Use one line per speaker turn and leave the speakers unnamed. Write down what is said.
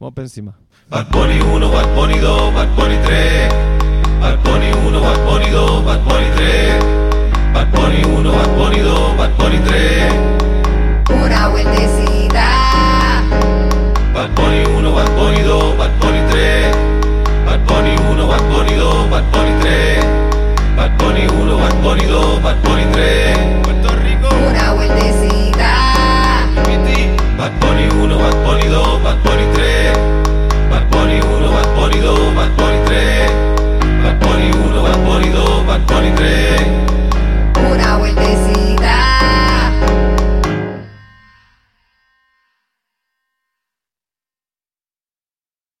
Vamos para encima.
Bad Bunny 1, Bad Bunny 2, Bad Bunny 3. Bad Bunny 1, Bad Bunny 2, Bad Bunny 3. Bad Bunny 1, Bad Bunny 2, Bad Bunny 3.
Pura